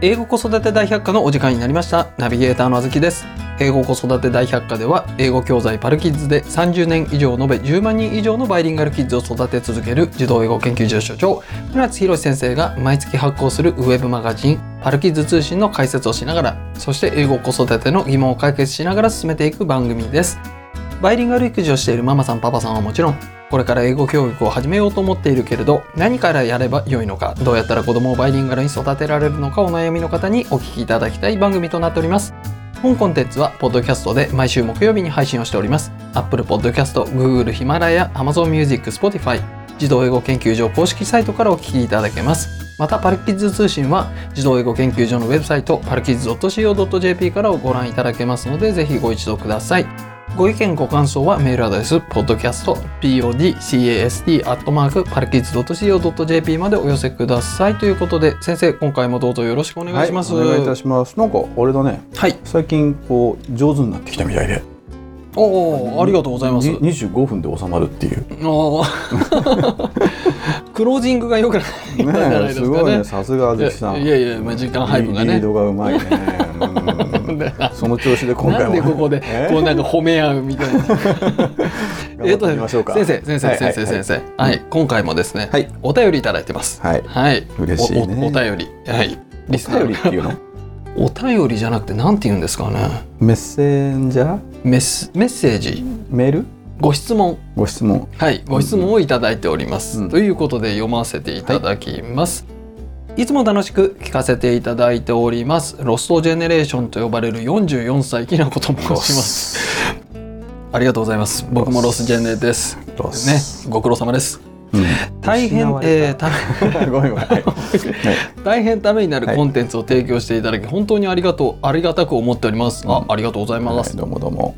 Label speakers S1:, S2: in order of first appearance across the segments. S1: 英語子育て大百科のお時間になりましたナビゲーターのあずきです英語子育て大百科では英語教材パルキッズで30年以上延べ10万人以上のバイリンガルキッズを育て続ける児童英語研究所所長村津博先生が毎月発行するウェブマガジンパルキッズ通信の解説をしながらそして英語子育ての疑問を解決しながら進めていく番組ですバイリンガル育児をしているママさんパパさんはもちろんこれから英語教育を始めようと思っているけれど何からやれば良いのかどうやったら子供をバイリンガルに育てられるのかお悩みの方にお聞きいただきたい番組となっております本コンテンツはポッドキャストで毎週木曜日に配信をしております Apple Podcast、Google、ヒマラヤ、Amazon Music、Spotify 児童英語研究所公式サイトからお聞きいただけますまたパルキッズ通信は児童英語研究所のウェブサイトパルキッズ .co.jp からご覧いただけますのでぜひご一読くださいご意見ご感想はメールアドレス podcast podcast.parkids.co.jp までお寄せくださいということで先生今回もどうぞよろしくお願いします、
S2: はい、お願いいたしますなんかあれだね
S1: はい
S2: 最近こう上手になってきたみたいで
S1: おおありがとうございます
S2: に25分で収まるっていう
S1: おークロージングが良くない んじゃない
S2: ね
S1: ですす
S2: ごい
S1: か
S2: ね
S1: ね
S2: さすがあずきさん
S1: いやいやいやまあ時間配分が
S2: リ
S1: ね
S2: ードがうまいね うんその調子で今回
S1: なん
S2: も
S1: でここで
S2: え
S1: こうなんか褒め合うみたいな
S2: 頑張っていきましょうか
S1: 先生先生
S2: はいはい
S1: 先生先生はい今回もですね
S2: はい
S1: お便りいただいてます
S2: はい
S1: はい
S2: 嬉しいね
S1: おおお便りはいリスナー
S2: お便りっていうの
S1: お便りじゃなくてなんて言うんですかね
S2: メッセンジャー
S1: メッセメッセージ
S2: メール
S1: ご質問
S2: ご質問
S1: はい、ご質問をいただいております。
S2: うん
S1: ということで読ませていただきます。い、つも楽しく聞かせていただいております。ロストジェネレーションと呼ばれる44歳きなこと申します。ありがとうございます。僕もロスジェネです。ね、
S2: ロス
S1: ご苦労様です。
S2: うん
S1: 大変
S2: 失わ、れ
S1: えー、大
S2: た ごめ んごめんはい
S1: 大変ため になる
S2: はい
S1: コンテンツを提供していただき、本当にありがとう、ありがたく思っております。あ、
S2: うん
S1: ありがとうございま
S2: は
S1: す
S2: い。どうもどうも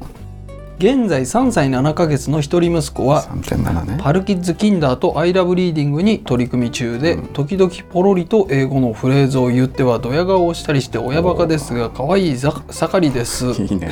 S1: 現在3歳7ヶ月の一人息子は
S2: 3.7ね
S1: パルキッズキンダーとアイラブリーディングに取り組み中で、
S2: うん
S1: 時々ポロリと英語のフレーズを言ってはドヤ顔をしたりして親バカですが可愛いざ盛りです
S2: いいね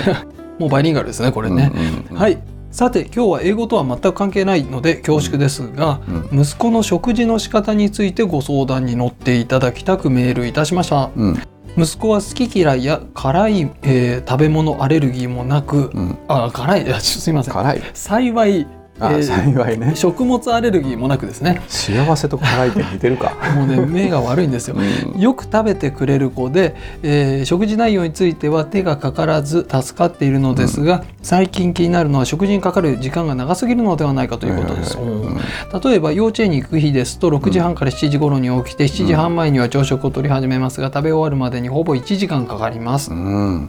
S1: もうバイリンガルですねこれね、
S2: うんうん
S1: はいさて今日は英語とは全く関係ないので恐縮ですが、
S2: う
S1: 息子の食事の仕方についてご相談に乗っていただきたくメールいたしました
S2: うん
S1: 息子は好き嫌いや辛い、えー食べ物アレルギーもなく、
S2: うん
S1: あ辛いいやちょすいません
S2: 辛い
S1: 幸い
S2: あ、
S1: えー
S2: 幸いね
S1: 食物アレルギーもなくですね
S2: 幸せと辛いって似てるか
S1: もう ね目が悪いんですよ。よく食べてくれる子で、えー食事内容については手がかからず助かっているのですが、最近気になるのは食事にかかる時間が長すぎるのではないかということです。
S2: はいはいはい
S1: うん例えば幼稚園に行く日ですと6時半から7時頃に起きて7時半前には朝食を取り始めますが食べ終わるまでにほぼ1時間かかります
S2: う。ん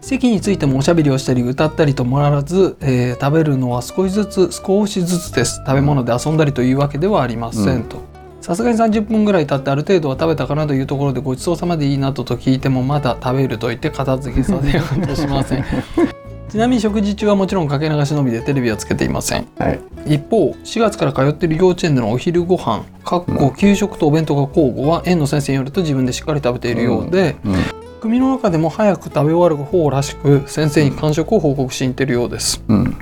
S1: 席についてもおしゃべりをしたり歌ったりともならず、えー食べるのは少しずつ少しずつです食べ物で遊んだりというわけではありません、
S2: うん
S1: とさすがに30分ぐらい経ってある程度は食べたかなというところでごちそうさまでいいなどと聞いてもまだ食べると言って片付けさせようとしませんちなみに食事中はもちろんかけ流しのみでテレビはつけていません
S2: はい
S1: 一方4月から通っている幼稚園でのお昼ご飯かっこ給食とお弁当が交互は園の先生によると自分でしっかり食べているようで、
S2: うん
S1: 組の中でも早く食べ終わる方らしく先生に感触を報告しに行っているようです、
S2: うん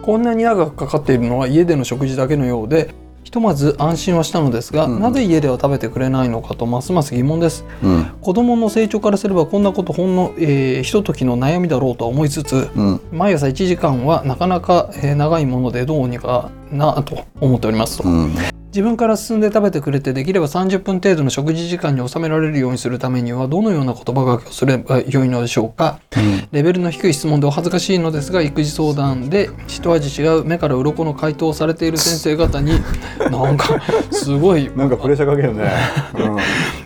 S1: こんなに長くかかっているのは家での食事だけのようでひとまず安心はしたのですが、
S2: うん
S1: なぜ家では食べてくれないのかとますます疑問です
S2: うん
S1: 子供の成長からすればこんなことほんの、えー、ひとときの悩みだろうとは思いつつ
S2: うん
S1: 毎朝1時間はなかなか、えー長いものでどうにかなと思っておりますと
S2: うん
S1: 自分から進んで食べてくれてできれば30分程度の食事時間に収められるようにするためにはどのような言葉がけをすれば良いのでしょうかレベルの低い質問でお恥ずかしいのですが育児相談で一味違う目から鱗の回答をされている先生方 になんかすごい
S2: なんかプレッシャーかけるね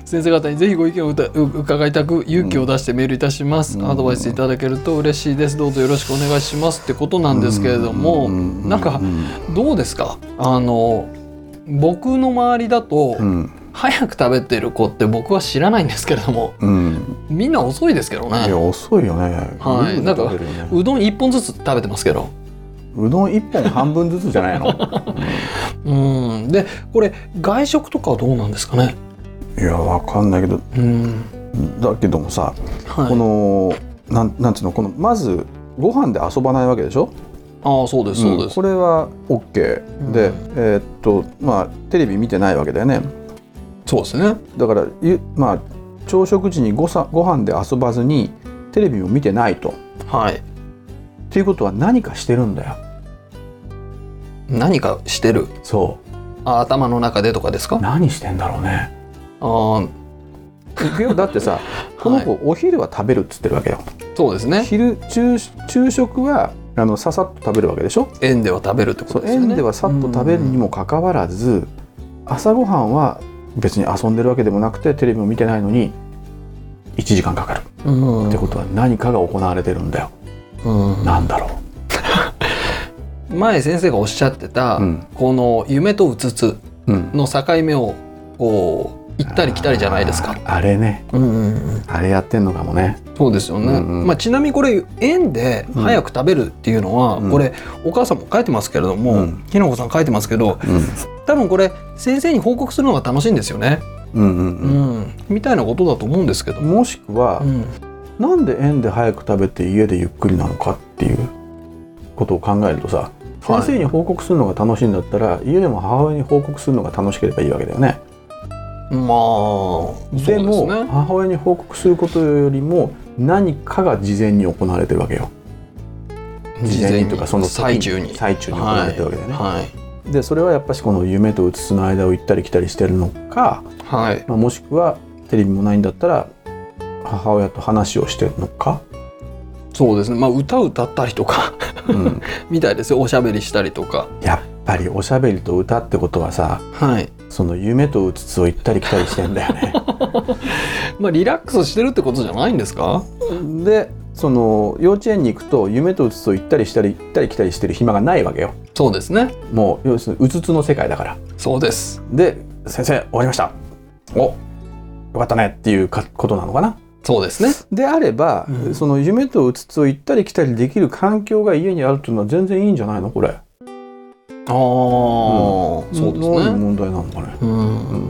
S1: 先生方にぜひご意見をうたう伺いたく勇気を出してメールいたします、
S2: うん
S1: アドバイスいただけると嬉しいですどうぞよろしくお願いしますってことなんですけれども、
S2: うん
S1: なんかどうですかあの僕の周りだと、
S2: うん
S1: 早く食べてる子って僕は知らないんですけれども
S2: うん
S1: みんな遅いですけど
S2: い
S1: ね
S2: や遅いよね
S1: はい
S2: 夜食べるよね
S1: うどん1本ずつ食べてますけど
S2: うどん一本半分ずつじゃないの
S1: うんでこれ外食とかはどうなんですかね
S2: いやわかんないけど
S1: うん
S2: だけどもさ
S1: はい
S2: このなんなんつうのこのまずご飯で遊ばないわけでしょ
S1: ああそうですそうです、
S2: これは OK で、
S1: うん
S2: えーっとまあテレビ見てないわけだよね
S1: そうですね
S2: だからゆまあ朝食時にごさご飯で遊ばずにテレビも見てないと。
S1: はい
S2: っていうことは何かしてるんだよ。
S1: 何かしてる
S2: そ
S1: あ頭の中でとかですか
S2: う。何してんだろうね。
S1: あー
S2: いくよだって さこの子お昼は食べるっつってるわけよ、
S1: そうですね
S2: 昼昼昼食はあのささっと食べるわけでしょ
S1: 円では食べるってこ
S2: そ
S1: と
S2: う
S1: ですよね
S2: 園ではさっと食べるにもかかわらず朝ごはんは別に遊んでるわけでもなくてテレビも見てないのに1時間かかるっ
S1: うん
S2: てことは何かが行われてるんだよ、
S1: うん
S2: なんだろ
S1: 前先生がおっしゃってた、
S2: う、うん
S1: この夢とうつつ
S2: うん、
S1: の境目をこう行ったり来たりじゃないですか。
S2: ああれね
S1: うんうんうん
S2: あれやってんのかもね
S1: そうですよね、
S2: うんうん
S1: まあ、ちなみにこれ園で早く食べるっていうのは、
S2: うん
S1: これお母さんも書いてますけれども、
S2: うん
S1: ひなこさん書いてますけど
S2: うん
S1: 多分これ先生に報告するのが楽しいんですよね、
S2: うんう
S1: うんんみたいなことだと思うんですけど
S2: うん
S1: も、
S2: もしくは、
S1: うん
S2: なんで園で早く食べて家でゆっくりなのかっていうことを考えるとさ
S1: はい
S2: 先生に報告するのが楽しいんだったら、家でも母親に報告するのが楽しければいいわけだよね。
S1: まあそうです
S2: でも
S1: ね
S2: 母親に報告することよりも何かが事前に行われてるわけよ。事前にというかその時に
S1: 最中に。
S2: 最中に行われてるわけだよね。
S1: はい
S2: でそれはやっぱしこの夢とうつつの間を行ったり来たりしてるのか、
S1: はい、
S2: まあ、もしくはテレビもないんだったら母親と話をしてるのか。
S1: そうですねまあ歌歌ったりとか
S2: うん、
S1: みたいですよおしゃべりしたりとか
S2: やっぱりおしゃべりと歌ってことはさ
S1: はい
S2: その夢とうつつを行ったり来たりしてんだよね。
S1: まあリラックスしてるってことじゃないんですか
S2: でその幼稚園に行くと夢とうつつを行ったりしたり行ったり来たりしてる暇がないわけよ。
S1: そうですね
S2: もう要するにうつつの世界だから。
S1: そうです
S2: で先生終わりました。およかったねっていうかことなのかな。
S1: そうですね
S2: であれば、
S1: うん
S2: その夢とうつつを行ったり来たりできる環境が家にあるっていうのは全然いいんじゃないのこれ。
S1: ああ、そうです
S2: 何
S1: ね
S2: 問題なのかね。
S1: うん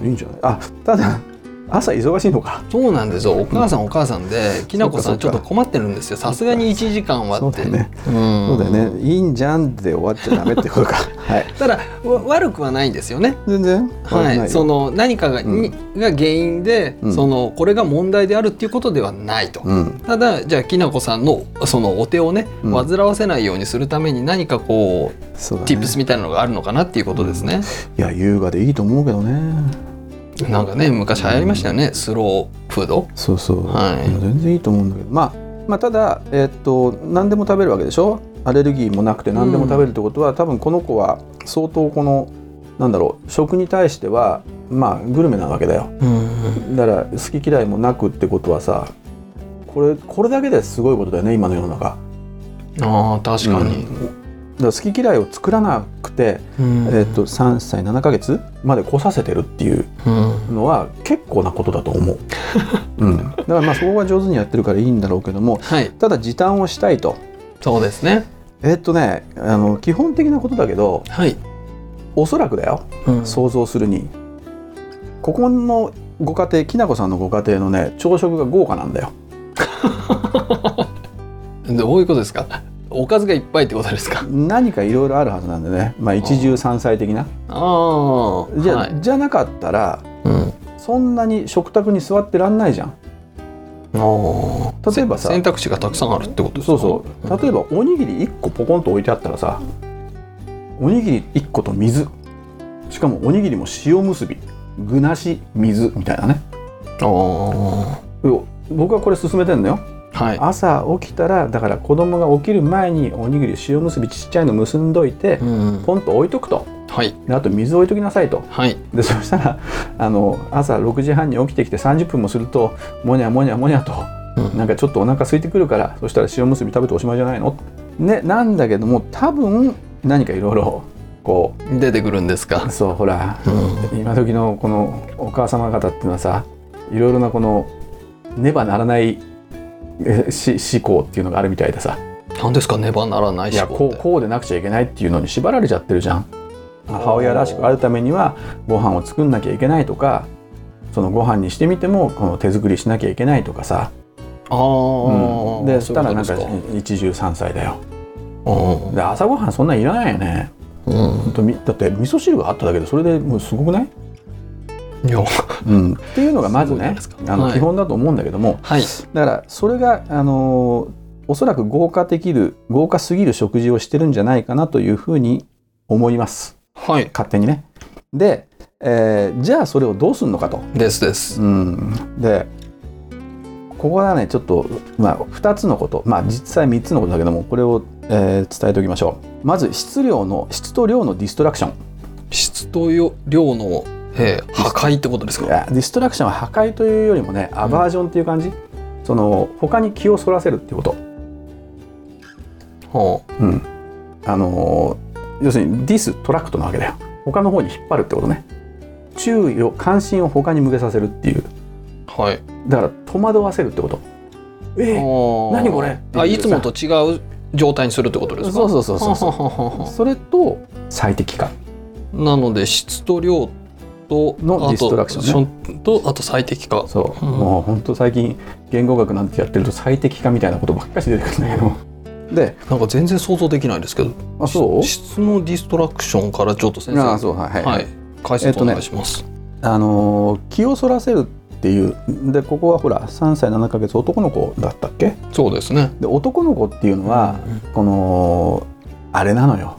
S2: うんいいんじゃない。あただ 朝忙しいのか。
S1: そうなんですよお母さんお母さんできなこさ
S2: そ
S1: ん
S2: っ
S1: ちょ
S2: か
S1: っと困ってるんですよさすがに1時間は
S2: そう
S1: っ
S2: だ
S1: て
S2: よね。
S1: うん
S2: そうだよね。いいんじゃんで終わっちゃダメってこと か。はい。
S1: ただわ悪くはないんですよね
S2: 全然
S1: はいその
S2: の
S1: 何かが,、にが原因で、
S2: うん
S1: そのこれが問題であるっていうことではないと、
S2: うん
S1: ただじゃあきなこさんのそのお手をね
S2: うん
S1: 煩わせないようにするために何かこう、
S2: そうだね
S1: tips みたいなのがあるのかなっていうことですね、
S2: いや優雅でいいと思うけどね
S1: なんかね昔流行りましたよね、スローフード
S2: そうそう、
S1: はい
S2: や全然いいと思うんだけどまあまあただえっと何でも食べるわけでしょアレルギーもなくて何でも食べるってことは、多分この子は相当このなんだろう食に対してはまあグルメなわけだよ
S1: うん
S2: だから好き嫌いもなくってことはさこれこれだけですごいことだよね今の世の中
S1: あー確かに、
S2: だから好き嫌いを作らなくて、
S1: うん
S2: えっと3歳7ヶ月まで来させてるっていう
S1: うん
S2: のは結構なことだと 思う、うん、だからまあそこは上手にやってるからいいんだろうけども
S1: はい
S2: ただ時短をしたいと
S1: そうですね
S2: えっとねあの基本的なことだけど
S1: はい、
S2: おそらくだよ
S1: うん
S2: 想像するにここのご家庭きなこさんのご家庭のね朝食が豪華なんだよ
S1: どういうことですかおかずがいっぱいってことですか
S2: 何かいろいろあるはずなんでね、まあ、一汁三菜的な
S1: ああ
S2: じゃ,、
S1: はい
S2: じゃなかったら
S1: うん、
S2: そんなに食卓に座ってらんないじゃん
S1: ああ
S2: 例えばさ
S1: 選択肢がたくさんあるってことです
S2: そ
S1: か
S2: うそう例えばおにぎり1個ポコンと置いてあったらさおにぎり1個と水しかもおにぎりも塩結び具なし水みたいなね
S1: あ
S2: よ僕はこれ勧めてんのよ
S1: あはい
S2: 朝起きたらだから子供が起きる前におにぎり塩結びちっちゃいの結んどいて
S1: うん
S2: ポンと置いとくと
S1: はい
S2: であと水置いときなさいと
S1: はい
S2: でそしたらあの朝6時半に起きてきて30分もするともにゃもにゃもにゃと、
S1: うん
S2: なんかちょっとお腹空いてくるからそしたら塩結び食べておしまいじゃないのねなんだけども多分何かいろいろこ
S1: 出てくるんですか
S2: うそうほら
S1: うん
S2: 今時のこのお母様方っていうのはさいろいろなこのねばならないえし思考っていうのがあるみたいでさ
S1: 何ですかねばならない
S2: いや
S1: 思考
S2: こ
S1: っ
S2: う
S1: て
S2: こうでなくちゃいけないっていうのに縛られちゃってるじゃん母親らしくあるためにはご飯を作んなきゃいけないとかそのご飯にしてみてもこの手作りしなきゃいけないとかさ、
S1: ああ、
S2: うんでそしたらなんか
S1: そういうこ
S2: 一汁三菜だよ
S1: とですか
S2: で朝ごはんそんなんいらないよね
S1: うんうん
S2: ほんとみだって味噌汁があっただけでそれでもうすごくない
S1: いや
S2: うん、っていうのがまずね
S1: すごいじゃないですか
S2: あの
S1: はい
S2: 基本だと思うんだけども、
S1: はい
S2: だからそれがあのーおそらく豪華できる豪華すぎる食事をしてるんじゃないかなというふうに思います
S1: はい
S2: 勝手にね。で、えーじゃあそれをどうするのかと。
S1: ですです
S2: うん、でここはねちょっと、まあ、2つのこと、まあ、実際3つのことだけどもこれを、えー伝えておきましょうまず質量の質と量のディストラクション
S1: 質とよ量の、えー破壊ってことです
S2: い
S1: か
S2: やディストラクションは破壊というよりもねアバージョンっていう感じ、その他に気をそらせるっていうこと、
S1: は
S2: うん、あのー要するにディストラクトなわけだよ他の方に引っ張るってことね注意を関心を他に向けさせるっていう
S1: あはい
S2: だから戸惑わせるってことえ何
S1: 何
S2: これ
S1: あいつもと違う状態にするってことですか
S2: そうそうそうそうそう
S1: う
S2: それと最適化
S1: なので質と量と
S2: のディストラクショ
S1: ン、とあと最適化
S2: そう、
S1: うん
S2: もう本当最近言語学なんてやってると最適化みたいなことばっかし出てくるんだけどで
S1: なんか全然想像できないですけど
S2: あそう
S1: 質のディストラクションからちょっと先生
S2: あそうはいはい、
S1: はい解
S2: えっ
S1: 説お
S2: とね
S1: 願いします、
S2: あのー気をそらせるっていうでここはほら3歳7ヶ月男の子だったっけ
S1: そうですね
S2: で男の子っていうのは、
S1: うん
S2: このあれなのよ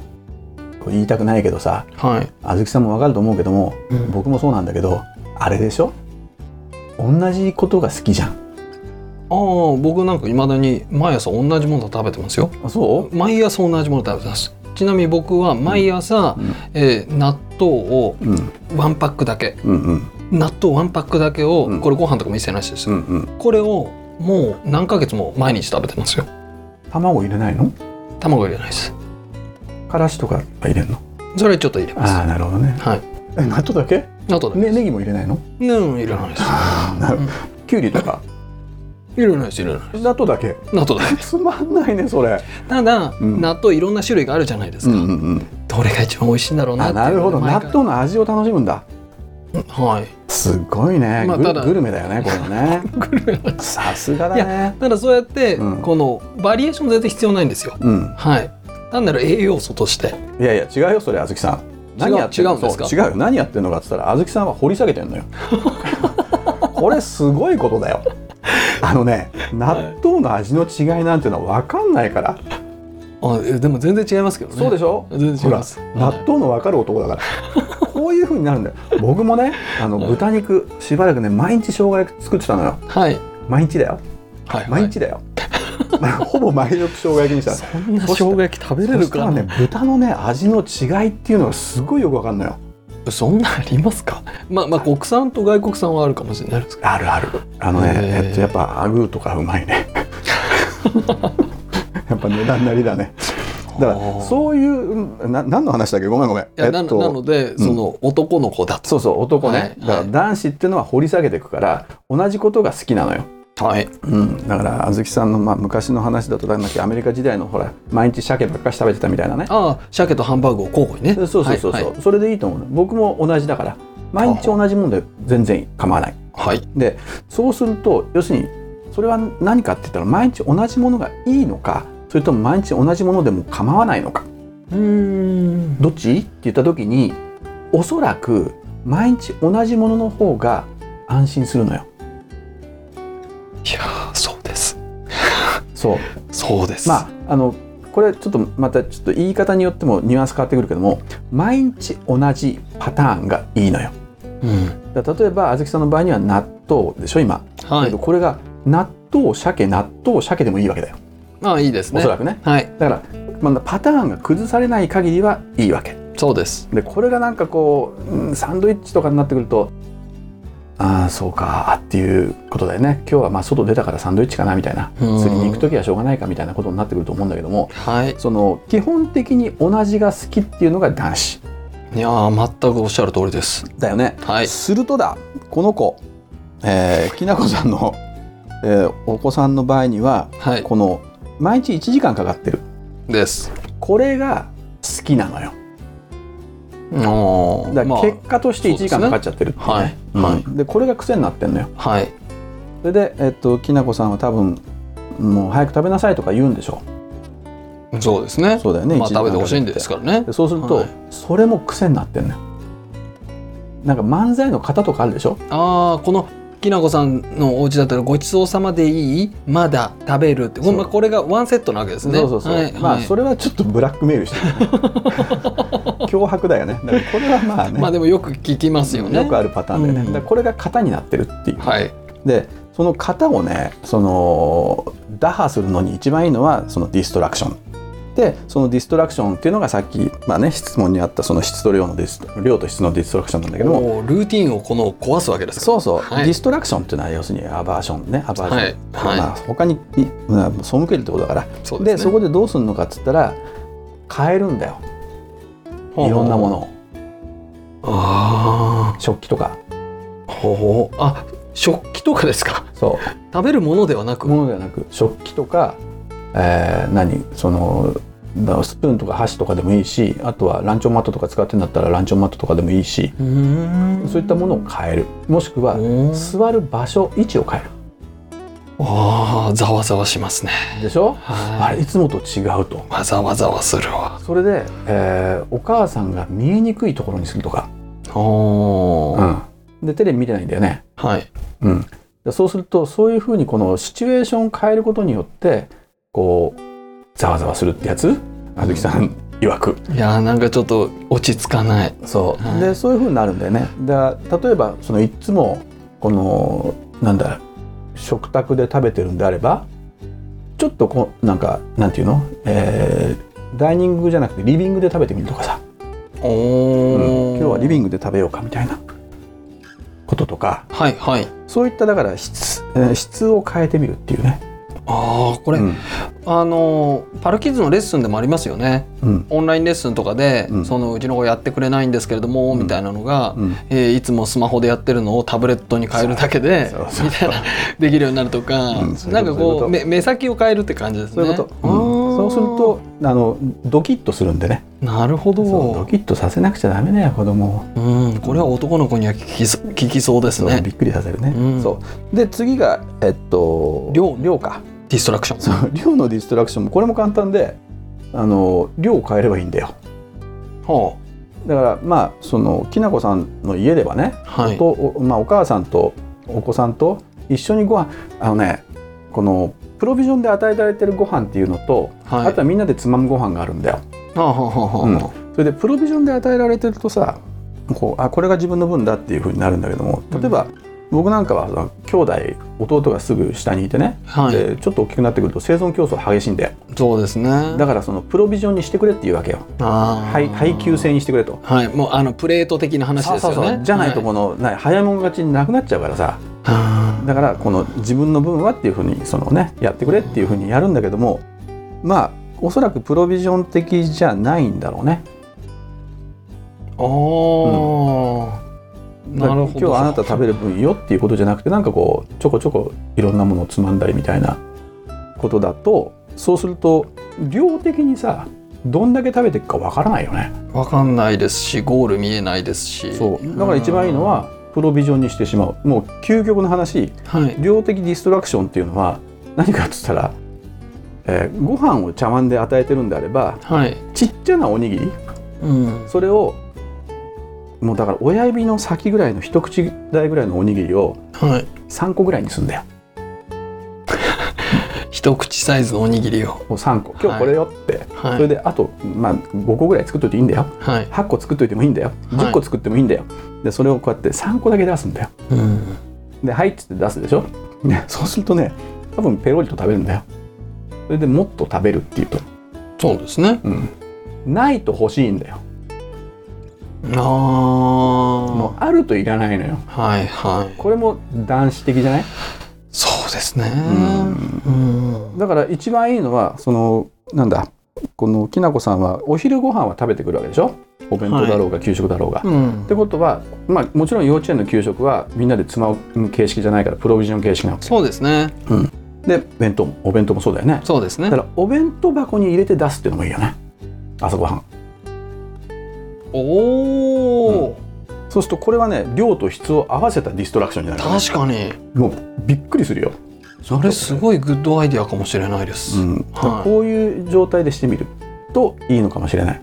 S2: これ言いたくないけどさ
S1: はい、
S2: あずきさんもわかると思うけども僕もそうなんだけどあれでしょ同じことが好きじゃん
S1: ああ僕なんかいまだに毎朝同じもの食べてますよ
S2: あそ
S1: 毎朝同じもの食べてますちなみに僕は毎朝、
S2: うん
S1: えー納豆を
S2: う、うん、
S1: ワンパックだけ
S2: うんうん
S1: 納豆ワンパックだけを、
S2: うん
S1: これご飯とかも一切なしです、
S2: うんうん
S1: これをもう何ヶ月も毎日食べてますよ
S2: 卵入れないの
S1: 卵入れないです
S2: からしとかは入れるの
S1: それちょっと入れます
S2: ああなるほどね
S1: はい
S2: え納豆だけ
S1: あとで
S2: ねネギも入れないの
S1: うん入れないです
S2: なる
S1: うん
S2: きゅうりとか
S1: 入れないです入れないです
S2: 納豆だけ
S1: 納豆だけ
S2: つまんないねそれ
S1: ただ、
S2: うん
S1: 納豆いろんな種類があるじゃないですか、
S2: んうん
S1: どれが一番美味しいんだろうなっ
S2: あ
S1: て
S2: なるほど
S1: 毎
S2: 納
S1: 回
S2: 豆の味を楽しむんだ
S1: はい
S2: すごいね、
S1: まあ
S2: グル
S1: ただ
S2: グルメだよねこれは ねさすがだね
S1: ただそうやって、
S2: うん
S1: このバリエーション全然必要ないんですよ
S2: うん
S1: はい単なる栄養素として
S2: いやいや違うよそれあずきさん何やって
S1: 違うんですか
S2: そう違うよ何やってんのかっつったらあずきさんは掘り下げてん のよこれすごいことだよあのね納豆の味の違いなんてのは分かんないから
S1: あえでも全然違いますけどね
S2: そうでしょ
S1: 全然違います
S2: ほら納豆の分かる男だからこういう風になるんだよ僕もねあの豚肉しばらくね毎日生姜焼き作ってたのよ
S1: はい
S2: 毎日だよ
S1: はい
S2: 毎日だよ、 ほぼ毎日生姜焼きに したの
S1: そんな生姜焼き食べれ
S2: そ
S1: る
S2: した
S1: から
S2: ね豚のね味の違いっていうのがすごいよく分かるのよ
S1: そんなんありますかまあまあ国産と外国産はあるかもしれないですけ
S2: あるあるあのね
S1: へー
S2: えっとやっぱアグーとかうまいね やっぱ値段なりだねだか
S1: あ
S2: ら
S1: ー
S2: そういううんな何の話だっけごめんごめん
S1: どいや、
S2: えっ
S1: ななので、その男の子だ
S2: そうそう男ね、
S1: はい
S2: だから
S1: はい
S2: 男子っていうのは掘り下げていくから同じことが好きなのよ、
S1: とはい
S2: うん、だからあずきさんの、まあ、昔の話だとなんだっけアメリカ時代のほら毎日鮭ばっかし食べてたみたいなね
S1: ああ鮭とハンバーグを交互にね
S2: そうそうそうそう、
S1: はいはい
S2: それでいいと思うの僕も同じだから毎日同じもんで全然構わない
S1: はい、
S2: でそうすると要するにそれは何かって言ったら毎日同じものがいいのかそれとも毎日同じものでも構わないのか
S1: うーん
S2: どっちって言った時におそらく毎日同じものの方が安心するのよ
S1: いやーそうです
S2: そう
S1: そうです
S2: まああのこれちょっとまたちょっと言い方によってもニュアンス変わってくるけども毎日同じパターンがいいのよ
S1: うん
S2: だから例えばあずきさんの場合には納豆でしょ今、
S1: は
S2: けど
S1: い
S2: これが納豆鮭納豆鮭でもいいわけだよ
S1: ああいいです
S2: お
S1: ね
S2: そらくね
S1: はい
S2: だから、まあ、パターンが崩されない限りはいいわけ
S1: そうです
S2: でこれがなんかこう、うんサンドイッチとかになってくるとああそうかっていうことだよね今日はまあ外出たからサンドイッチかなみたいな
S1: うん
S2: 釣りに行く時はしょうがないかみたいなことになってくると思うんだけども
S1: はい
S2: その基本的に同じが好きっていうのが男子
S1: いやー全くおっしゃる通りです
S2: だよね、
S1: はい
S2: するとだこの子、えーきなこさんの、えーお子さんの場合には
S1: はい
S2: この毎日1時間かかってる
S1: です
S2: これが好きなのよ
S1: あー
S2: だか
S1: ま
S2: ら
S1: あ
S2: 結果として1時間かかっちゃってるってう
S1: はい
S2: ね
S1: は
S2: うんでこれが癖になってんのよ
S1: いはい
S2: それで、えっと、きなこさんは多分もう早く食べなさいとか言うんでしょ
S1: そうですね
S2: そうだよね
S1: まあ
S2: 一時間
S1: 食べてほしいんですからね
S2: でそうすると、
S1: はい
S2: それも癖になってんのよなんか漫才の型とかあるでしょ
S1: ああこのきなこさんのお家だったらごちそうさまでいいまだ食べるってこ
S2: そう
S1: まあこれがワンセットなわけですね
S2: そうそうそう、
S1: はい
S2: まあ
S1: はい
S2: それはちょっとブラックメールして る、ね、脅迫だよねだからこれはまあね,、
S1: まあでもよく聞きますよね
S2: よくあるパターンだよね、
S1: うん
S2: だからこれが型になってるっていう、
S1: はい
S2: でその型をねその打破するのに一番いいのはそのディストラクションでそのディストラクションっていうのがさっき、まあね、質問にあったその質と量のディス量と質のディストラクションなんだけども
S1: もうルーティンをこの壊すわけですか
S2: そうそう、
S1: はい
S2: ディストラクションっていうのは要するにアバーションねアバーション、
S1: はいはい
S2: まあ、他にいまあ背けるってことだから
S1: そ
S2: でそこ
S1: で
S2: でどうするのかっつったら変えるんだよ
S1: すね
S2: いろんなもの
S1: ほう
S2: を
S1: ほうあ
S2: 食器とか
S1: あほうほうあ食器とかですか
S2: そ
S1: 食べるものではな
S2: う
S1: く
S2: ものではなく食器とか、えー何そのだスプーンとか箸とかでもいいしあとはランチョンマットとか使ってんだったらランチョンマットとかでもいいし
S1: うーん
S2: そういったものを変えるもしくは
S1: おー
S2: 座る場所位置を変える
S1: ああざわざわしますね
S2: でしょあ
S1: はい
S2: れいつもと違うと
S1: わざわざわするわ
S2: それで、えーお母さんが見えにくいところにするとか、
S1: おー
S2: うん、でテレビ見てないんだよね
S1: はい
S2: うん、でそうするとそういうふうにこのシチュエーションを変えることによってこうざわざわするってやつあずきさん曰く
S1: いやーなんかちょっと落ち着かない
S2: そう、
S1: はい
S2: でそういうふうになるんだよねだ例えばそのいっつもこのなんだ食卓で食べてるんであればちょっとこうなんかなんていうの、えーダイニングじゃなくてリビングで食べてみるとかさ、
S1: お
S2: うん
S1: お、
S2: 今日はリビ
S1: ング
S2: ングで食べようかみたいなこととか
S1: はいはい
S2: そういっただから質,、えー質を変えてみるっていうね。
S1: ああこれ、
S2: うん
S1: あのーパルキッズのレッスンでもありますよね
S2: うん
S1: オンラインレッスンとかで、
S2: うん
S1: そのうちの子やってくれないんですけれども、
S2: うん
S1: みたいなのが、
S2: うん
S1: えーいつもスマホでやってるのをタブレットに変えるだけで
S2: そうそうそう
S1: みたいな できるようになるとか、
S2: うんそういうこと
S1: なんか
S2: そういうこ
S1: ことう目目先を変えるって感じです
S2: そう
S1: ね。
S2: いうこと、
S1: あー
S2: うんそうするとあのドキッとするんでね
S1: なるほど
S2: そうド
S1: う、
S2: キッとさせなくちゃダメだよ子供を
S1: ん、これは男の子には聞きそ効きそうです
S2: そう、
S1: ね
S2: びっくりさせるね、
S1: うん
S2: そうで次がえっと
S1: 量
S2: 量か
S1: ディストラクション。
S2: そう量のディストラクションもこれも簡単であの量を変えればいいんだよ
S1: ほ
S2: だからまあそのきなこさんの家ではね
S1: うはい
S2: と、おまあ、お母さんとお子さんと一緒にご飯あのねこのプロビジョンで与えられてるご飯っていうのと、
S1: はい
S2: あとはみんなでつまむご飯があるんだよ
S1: はあはあはあはあ
S2: うんそれでプロビジョンで与えられてるとさこうあこれが自分の分だっていうふうになるんだけども例えば、僕なんかはその兄弟弟がすぐ下にいてね、
S1: はい、
S2: でちょっと大きくなってくると生存競争激しいんで
S1: そうですね。
S2: だからそのプロビジョンにしてくれっていうわけよ
S1: あー
S2: 配配給制にしてくれと。
S1: はい、もうあのプレート的な話ですよね。
S2: じゃないと
S1: は
S2: この、ない早いもん勝ちになくなっちゃうからさ
S1: あ
S2: だからこの自分の分はっていうふうにそのねやってくれっていうふうにやるんだけどもまあおそらくプロビジョン的じゃないんだろうね
S1: ーあー、なるほど。
S2: 今日あなた食べる分よっていうことじゃなくてなんかこうちょこちょこいろんなものをつまんだりみたいなことだとそうすると量的にさどんだけ食べていくかわからないよね
S1: わかんないですし、ゴール見えないですし。
S2: そうだから一番いいのはプロビジョンにしてしまうもう究極の話
S1: うん、はい。
S2: 量的ディストラクションっていうのは何かっつったら、えーご飯を茶碗で与えてるんであれば
S1: はい。
S2: ちっちゃなおにぎり
S1: うん。
S2: それをもうだから親指の先ぐらいの一口大ぐらいのおにぎりを
S1: はい。
S2: 3個ぐらいにするんだよ
S1: 一口サイズのおにぎりを。
S2: もう3個今日これよって、
S1: は
S2: それ
S1: い。
S2: であと、まあ、5個ぐらい作っといていいんだよ
S1: はい。
S2: 8個作っといてもいいんだよ
S1: はい
S2: 10個作ってもいいんだよ、でそれをこうやって3個だけ出すんだよ
S1: うん。
S2: で「はい」っつって出すでしょ、ね、 そうするとね多分ペロリと食べるんだよそれでもっと食べるっていうと、
S1: そうですね。
S2: うん、ないと欲しいんだよ
S1: ああ。
S2: もうあるといらないのよ
S1: はいはい。
S2: これも男子的じゃない
S1: そうですね。
S2: う
S1: うん。
S2: だから一番いいのはそのなんだこのきなこさんはお昼ご飯は食べてくるわけでしょお弁当だろうが給食だろうが、
S1: うん
S2: っ。てことは、まあ、もちろん幼稚園の給食はみんなでつまむ形式じゃないからプロビジョン形式なの
S1: そうですね。
S2: で弁当もお弁当もそうだよね
S1: そうです
S2: だ
S1: ね
S2: か。らお弁当箱に入れて出すっていうのもいいよね朝ごはん
S1: おお、
S2: そうするとこれはね量と質を合わせたディストラクションになるから、ね、
S1: 確かに。
S2: もうびっくりするよ
S1: それすごいグッドアイデアかもしれないです、
S2: うん、だから
S1: はい
S2: こういう状態でしてみるといいのかもしれない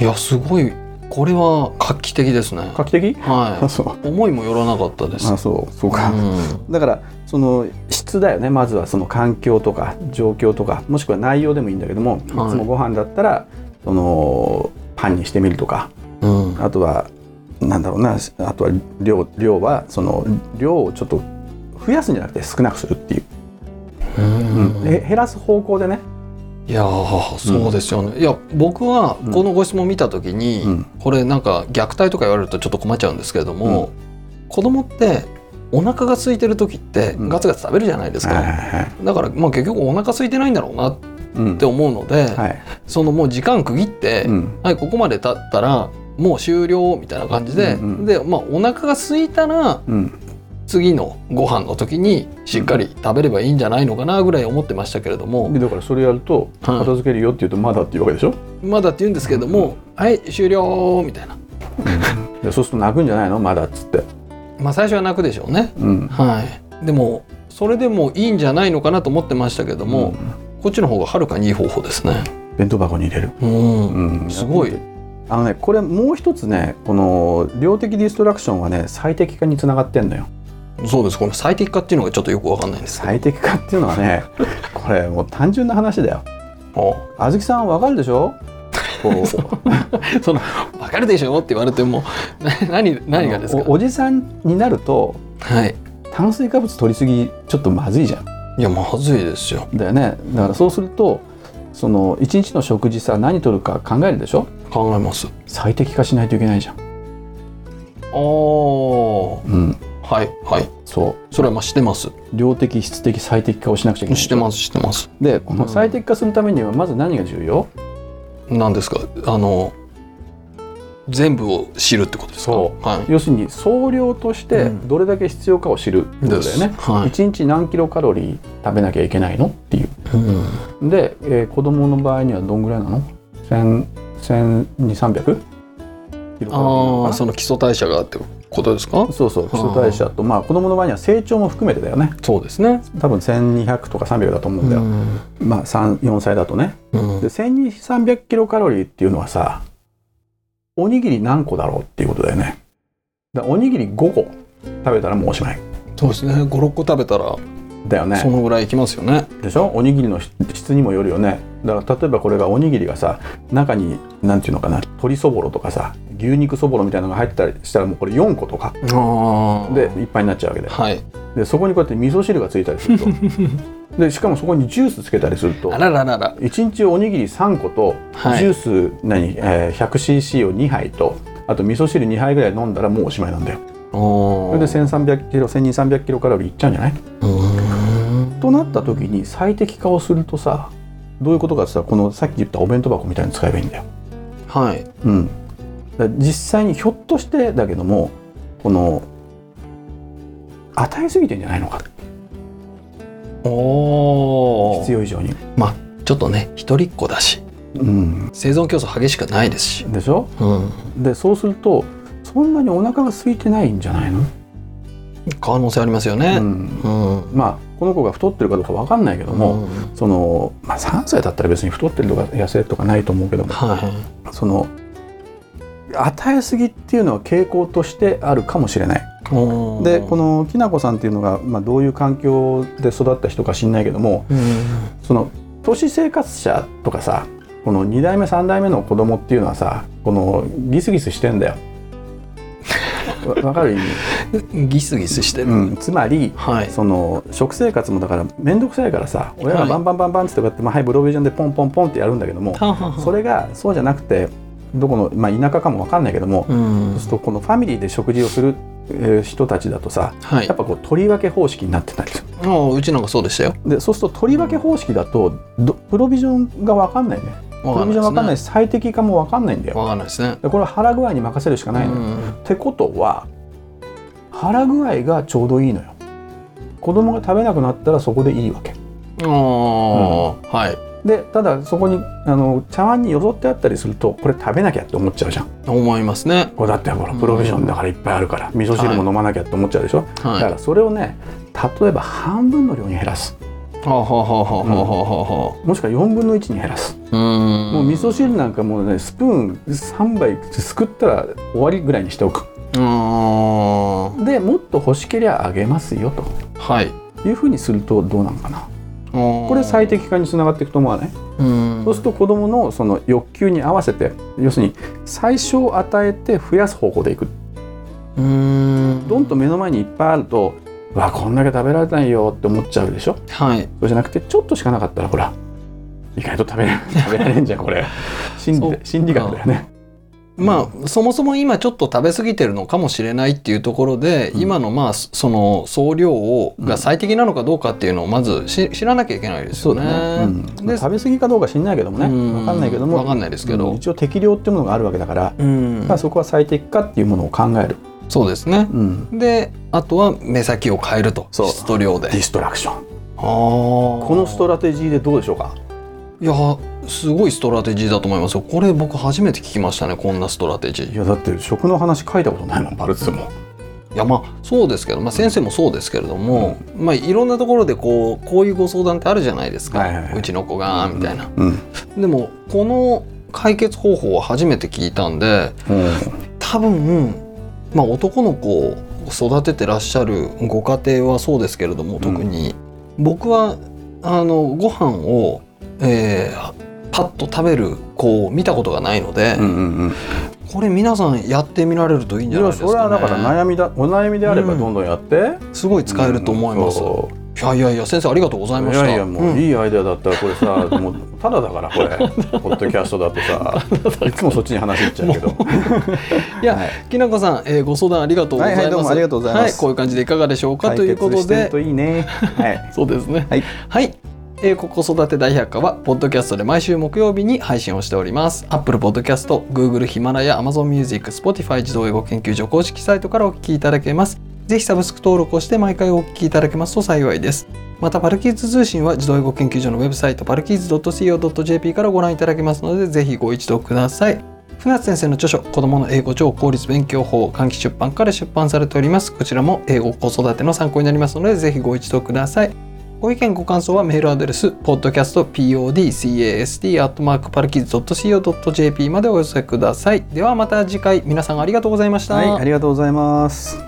S1: いやすごいこれは画期的ですね
S2: 画期的あ
S1: は
S2: そう
S1: い思いもよらなかったです
S2: あそうそうか、
S1: うん
S2: だからその質だよねまずはその環境とか状況とかもしくは内容でもいいんだけども、い、つもご飯だったらそのパンにしてみるとか
S1: うん
S2: あとはなんだろうなあとは量量はその量をちょっと増やすんじゃなくて少なくするっていう、
S1: うん
S2: へ減らす方向でね、
S1: いやーそうですよね、いや僕はこのご質問見た時に、
S2: うん
S1: これなんか虐待とか言われるとちょっと困っちゃうんですけれども、子供ってお腹が空いてる時って
S2: うん
S1: ガツガツ食べるじゃないです
S2: はいはい
S1: か、
S2: はい
S1: だからまあ結局お腹空いてないんだろうなっ
S2: うん
S1: て思うので、
S2: はい
S1: そのもう時間区切って、
S2: うん
S1: はいここまで経ったらもう終了みたいな感じで、
S2: うんうん
S1: でまあお腹が空いたら
S2: うん
S1: 次のご飯の時にしっかり食べればいいんじゃないのかなぐらい思ってましたけれども、
S2: でだからそれやると
S1: はい
S2: 片付けるよって言うとまだっていうわけでしょ、
S1: まだって言うんですけれども、はい終了みたいな
S2: でそうすると泣くんじゃないのまだっつって、
S1: まあ最初は泣くでしょうね
S2: うん、
S1: はいでもそれでもいいんじゃないのかなと思ってましたけども、こっちの方がはるかにいい方法ですね
S2: 弁当箱に入れる、
S1: うん、
S2: うん
S1: すごい
S2: あのねこれもう一つねこの量的ディストラクションはね最適化につながってんのよ
S1: そうですこの最適化っていうのがちょっとよくわかんないんです
S2: 最適化っていうのは ねこれもう単純な話だよ
S1: あ
S2: あずきさんわかるでしょこ う
S1: その「わかるでしょ?」って言われても な何何がです
S2: あ
S1: か
S2: のおおじさんになると
S1: はい
S2: 炭水化物取りすぎちょっとまずいじゃん
S1: いやまずいですよ
S2: だよねだからそうするとその一日の食事さ何取るか考えるでしょ
S1: 考えますあ
S2: 最適化しないといけないじゃん
S1: あ
S2: うん
S1: はいはい
S2: そ
S1: それはまあしてます
S2: う量的質的最適化をしなくちゃいけない
S1: してますしてます
S2: でこの最適化するためにはまず何が重要、
S1: 何ですかあの全部を知るってことですか
S2: そ
S1: はい
S2: 要するに総量として
S1: うん
S2: どれだけ必要かを知るってことだよね、
S1: はい。
S2: 1日何キロカロリー食べなきゃいけないのっていうで、えー子供の場合にはどんぐらいなの10002300300キロカロリーなの
S1: あ
S2: か
S1: あ、
S2: な
S1: その基礎代謝がってことですか。
S2: そうそう基礎代謝とまあ子供の場合には成長も含めてだよね
S1: そうですね。
S2: 多分1200とか300だと思うんだよ、まあ34歳だとね
S1: うん
S2: で1200300キロカロリーっていうのはさおにぎり何個だろうっていうことだよねだからおにぎり5個食べたらもうおしまい
S1: そうですね。五六個食べたら、
S2: だよね
S1: そのぐらいいきますよね。
S2: でしょおにぎりの質質にもよるよねだから例えばこれがおにぎりがさ中になんていうのかな鶏そぼろとかさ牛肉そぼろみたいなのが入ってたりしたらもうこれ4個とか
S1: あ
S2: でいっぱいになっちゃうわけで
S1: はい。
S2: でそこにこうやって味噌汁がついた りするとでしかもそこにジュースつけたりすると
S1: あらららら。
S2: 1日おにぎり3個と
S1: はい
S2: ジュース、何、えー 100cc を2杯とあと味噌汁2杯ぐらい飲んだらもうおしまいなんだよそ
S1: お
S2: れで1300キロ1200キロカロリーいっちゃうんじゃないとなった時に最適化をするとさどういうことかってさこのさっき言ったお弁当箱みたいに使えばいいんだよ。
S1: はい。
S2: うん、だから実際にひょっとしてだけどもこの与えすぎてんじゃないのか
S1: おお
S2: 必。要以上に。
S1: まあ、ちょっとね、一人っ子だし、
S2: うん、
S1: 生存競争激しくないですし。
S2: でしょ
S1: うん。
S2: でそうするとそんなにお腹が空いてないんじゃないの、
S1: 可能性ありますよ
S2: う
S1: ね。
S2: ん、
S1: うん。
S2: まあこの子が太ってるかどうかわかんないけども、その、まあ、3歳だったら別に太ってるとか痩せるとかないと思うけども
S1: はい。
S2: その与えすぎっていうのは傾向としてあるかもしれない。
S1: おー
S2: でこ。のきなこさんっていうのが、まあ、どういう環境で育った人か知んないけども
S1: うん
S2: その都市生活者とかさこの2代目3代目の子供っていうのはさこのギスギスしてんだよ。わわかる意味、
S1: ギスギスしてる。
S2: うん、つまり
S1: はい。
S2: その食生活もだから面倒くさいからさ親が
S1: はい
S2: バンバンバンバンってこうやって、まあ、はいブロービジョンでポンポンポンってやるんだけどもそ
S1: れ。
S2: れがそうじゃなくてどこの、まあ、田舎かもわかんないけども、
S1: うん
S2: そうす。るとこのファミリーで食事をするえー人たちだとさ
S1: はい。
S2: やっぱこう取り分け方式になってたりする
S1: ああうちなんかそうでしたよ。
S2: でそうすると取り分け方式だとどプロビジョンがわかんないねプロビジョンわかんない
S1: す
S2: し最適化もわかんないんだ
S1: ね。
S2: よ
S1: わかんないですね。
S2: でこれは腹具合に任せるしかないのよ、
S1: うん
S2: ってことは腹具合がちょうどいいのよ子供が食べなくなったらそこでいいわけ
S1: ああ、はい。
S2: でただそこにあの茶碗によそってあったりするとこれ食べなきゃって思っちゃうじゃん
S1: 思いますね。
S2: これだってほらプロビジョンだからいっぱいあるから味噌汁も飲まなきゃって思っちゃうでしょ、だか
S1: は
S2: らそれをね例えば半分の量に減らす
S1: い。はあはあはあはあはあは
S2: もしくは4分の1に減らす、
S1: あはあ
S2: もう味
S1: う
S2: 噌汁なんかもうねスプーン3杯すくったら終わりぐらいにしておく
S1: ーんうーん
S2: でもっと欲しけりゃあげますよと
S1: はい
S2: いうふうにするとどうなのかな
S1: こ
S2: これ最適化につながっていくと思わない
S1: うん
S2: そうすると子どものその欲求に合わせて要するに最小与えて増やす方向でいく
S1: うーん
S2: どんと目の前にいっぱいあるとうわこんだけ食べられないよって思っちゃうでしょ
S1: はい
S2: そうじゃなくてちょっとしかなかったらほら意外と食べれ 食べられんじゃんこれ心
S1: そう
S2: 理
S1: か
S2: 心理学だよね。
S1: まあそもそも今ちょっと食べ過ぎてるのかもしれないっていうところで、
S2: うん
S1: 今のまあそその総量を
S2: うん
S1: が最適なのかどうかっていうのをまずし知らなきゃいけないですよね。
S2: うんまあ
S1: で
S2: 食べ過ぎかどうか知んないけどもね
S1: う
S2: 分かんないけど
S1: わか
S2: も
S1: んないですけ
S2: うん
S1: ど、
S2: 一応適量っていうものがあるわけだから、
S1: うん
S2: まあ、そこは最適化っていうものを考える、
S1: そうですね。
S2: うん、
S1: であとは目先を変えると
S2: そう
S1: 質と量で。
S2: ディストラクション
S1: こ
S2: このストラテジーでどうでしょうか
S1: いやすごいストラテジーだと思いますよ。これ僕初めて聞きましたねこんなストラテジー
S2: い。やだって食の話書いたことないもんパルツも。
S1: いやまあそうですけど、まあ、先生もそうですけれども、まあ、いろんなところでこうこういうご相談ってあるじゃないですか、
S2: はいはいはいう
S1: ちの子がみたいな、
S2: うん
S1: でもこの解決方法は初めて聞いたんで多分、まあ、男の子を育ててらっしゃるご家庭はそうですけれども特に、僕はあのご飯を、えーパッと食べる子を見たことがないので、
S2: うんうんうん
S1: これ皆さんやってみられるといいん
S2: い
S1: じゃない
S2: や
S1: ですか、
S2: そ
S1: ね、
S2: れはだから悩みだお悩みであれば
S1: うん
S2: どんどんやって、
S1: すごい使えると思います。
S2: そう
S1: いやいやいや先生ありがとうございま
S2: い
S1: した。
S2: やいやも
S1: ん
S2: ういいアイデアだったらこ れさ、もうただだからこれポッドキャストだと さいつもそっちに話いっちゃうけど
S1: いや
S2: はい
S1: きなこさん、えーご相談ありがとうございます。
S2: はいはいどうもありがとうございます
S1: はこういう感じでいかがでしょうかというこ
S2: 解決
S1: と
S2: してる
S1: で
S2: と、いい ねはい
S1: そうですね。
S2: はい
S1: はい。えー、こ子育て大百科はポッドキャストで毎週木曜日に配信をしております。Apple Podcast、Google ヒマラヤ、Amazon Music、Spotify 自動英語研究所公式サイトからお聞きいただけます。ぜひサブスク登録をして毎回お聞きいただけますと幸いです。またパルキッズ通信は自動英語研究所のウェブサイトパルキッズ .co.jp からご覧いただけますのでぜひご一読ください。船津先生の著書「子供の英語超効率勉強法」換気出版から出版されております。こちらも英語子育ての参考になりますのでぜひご一読ください。ご意見ご感想はメールアドレス podcastpodcast.co.jp までお寄せください。ではまた次回皆さんありがとうございました。
S2: はいありがとうございます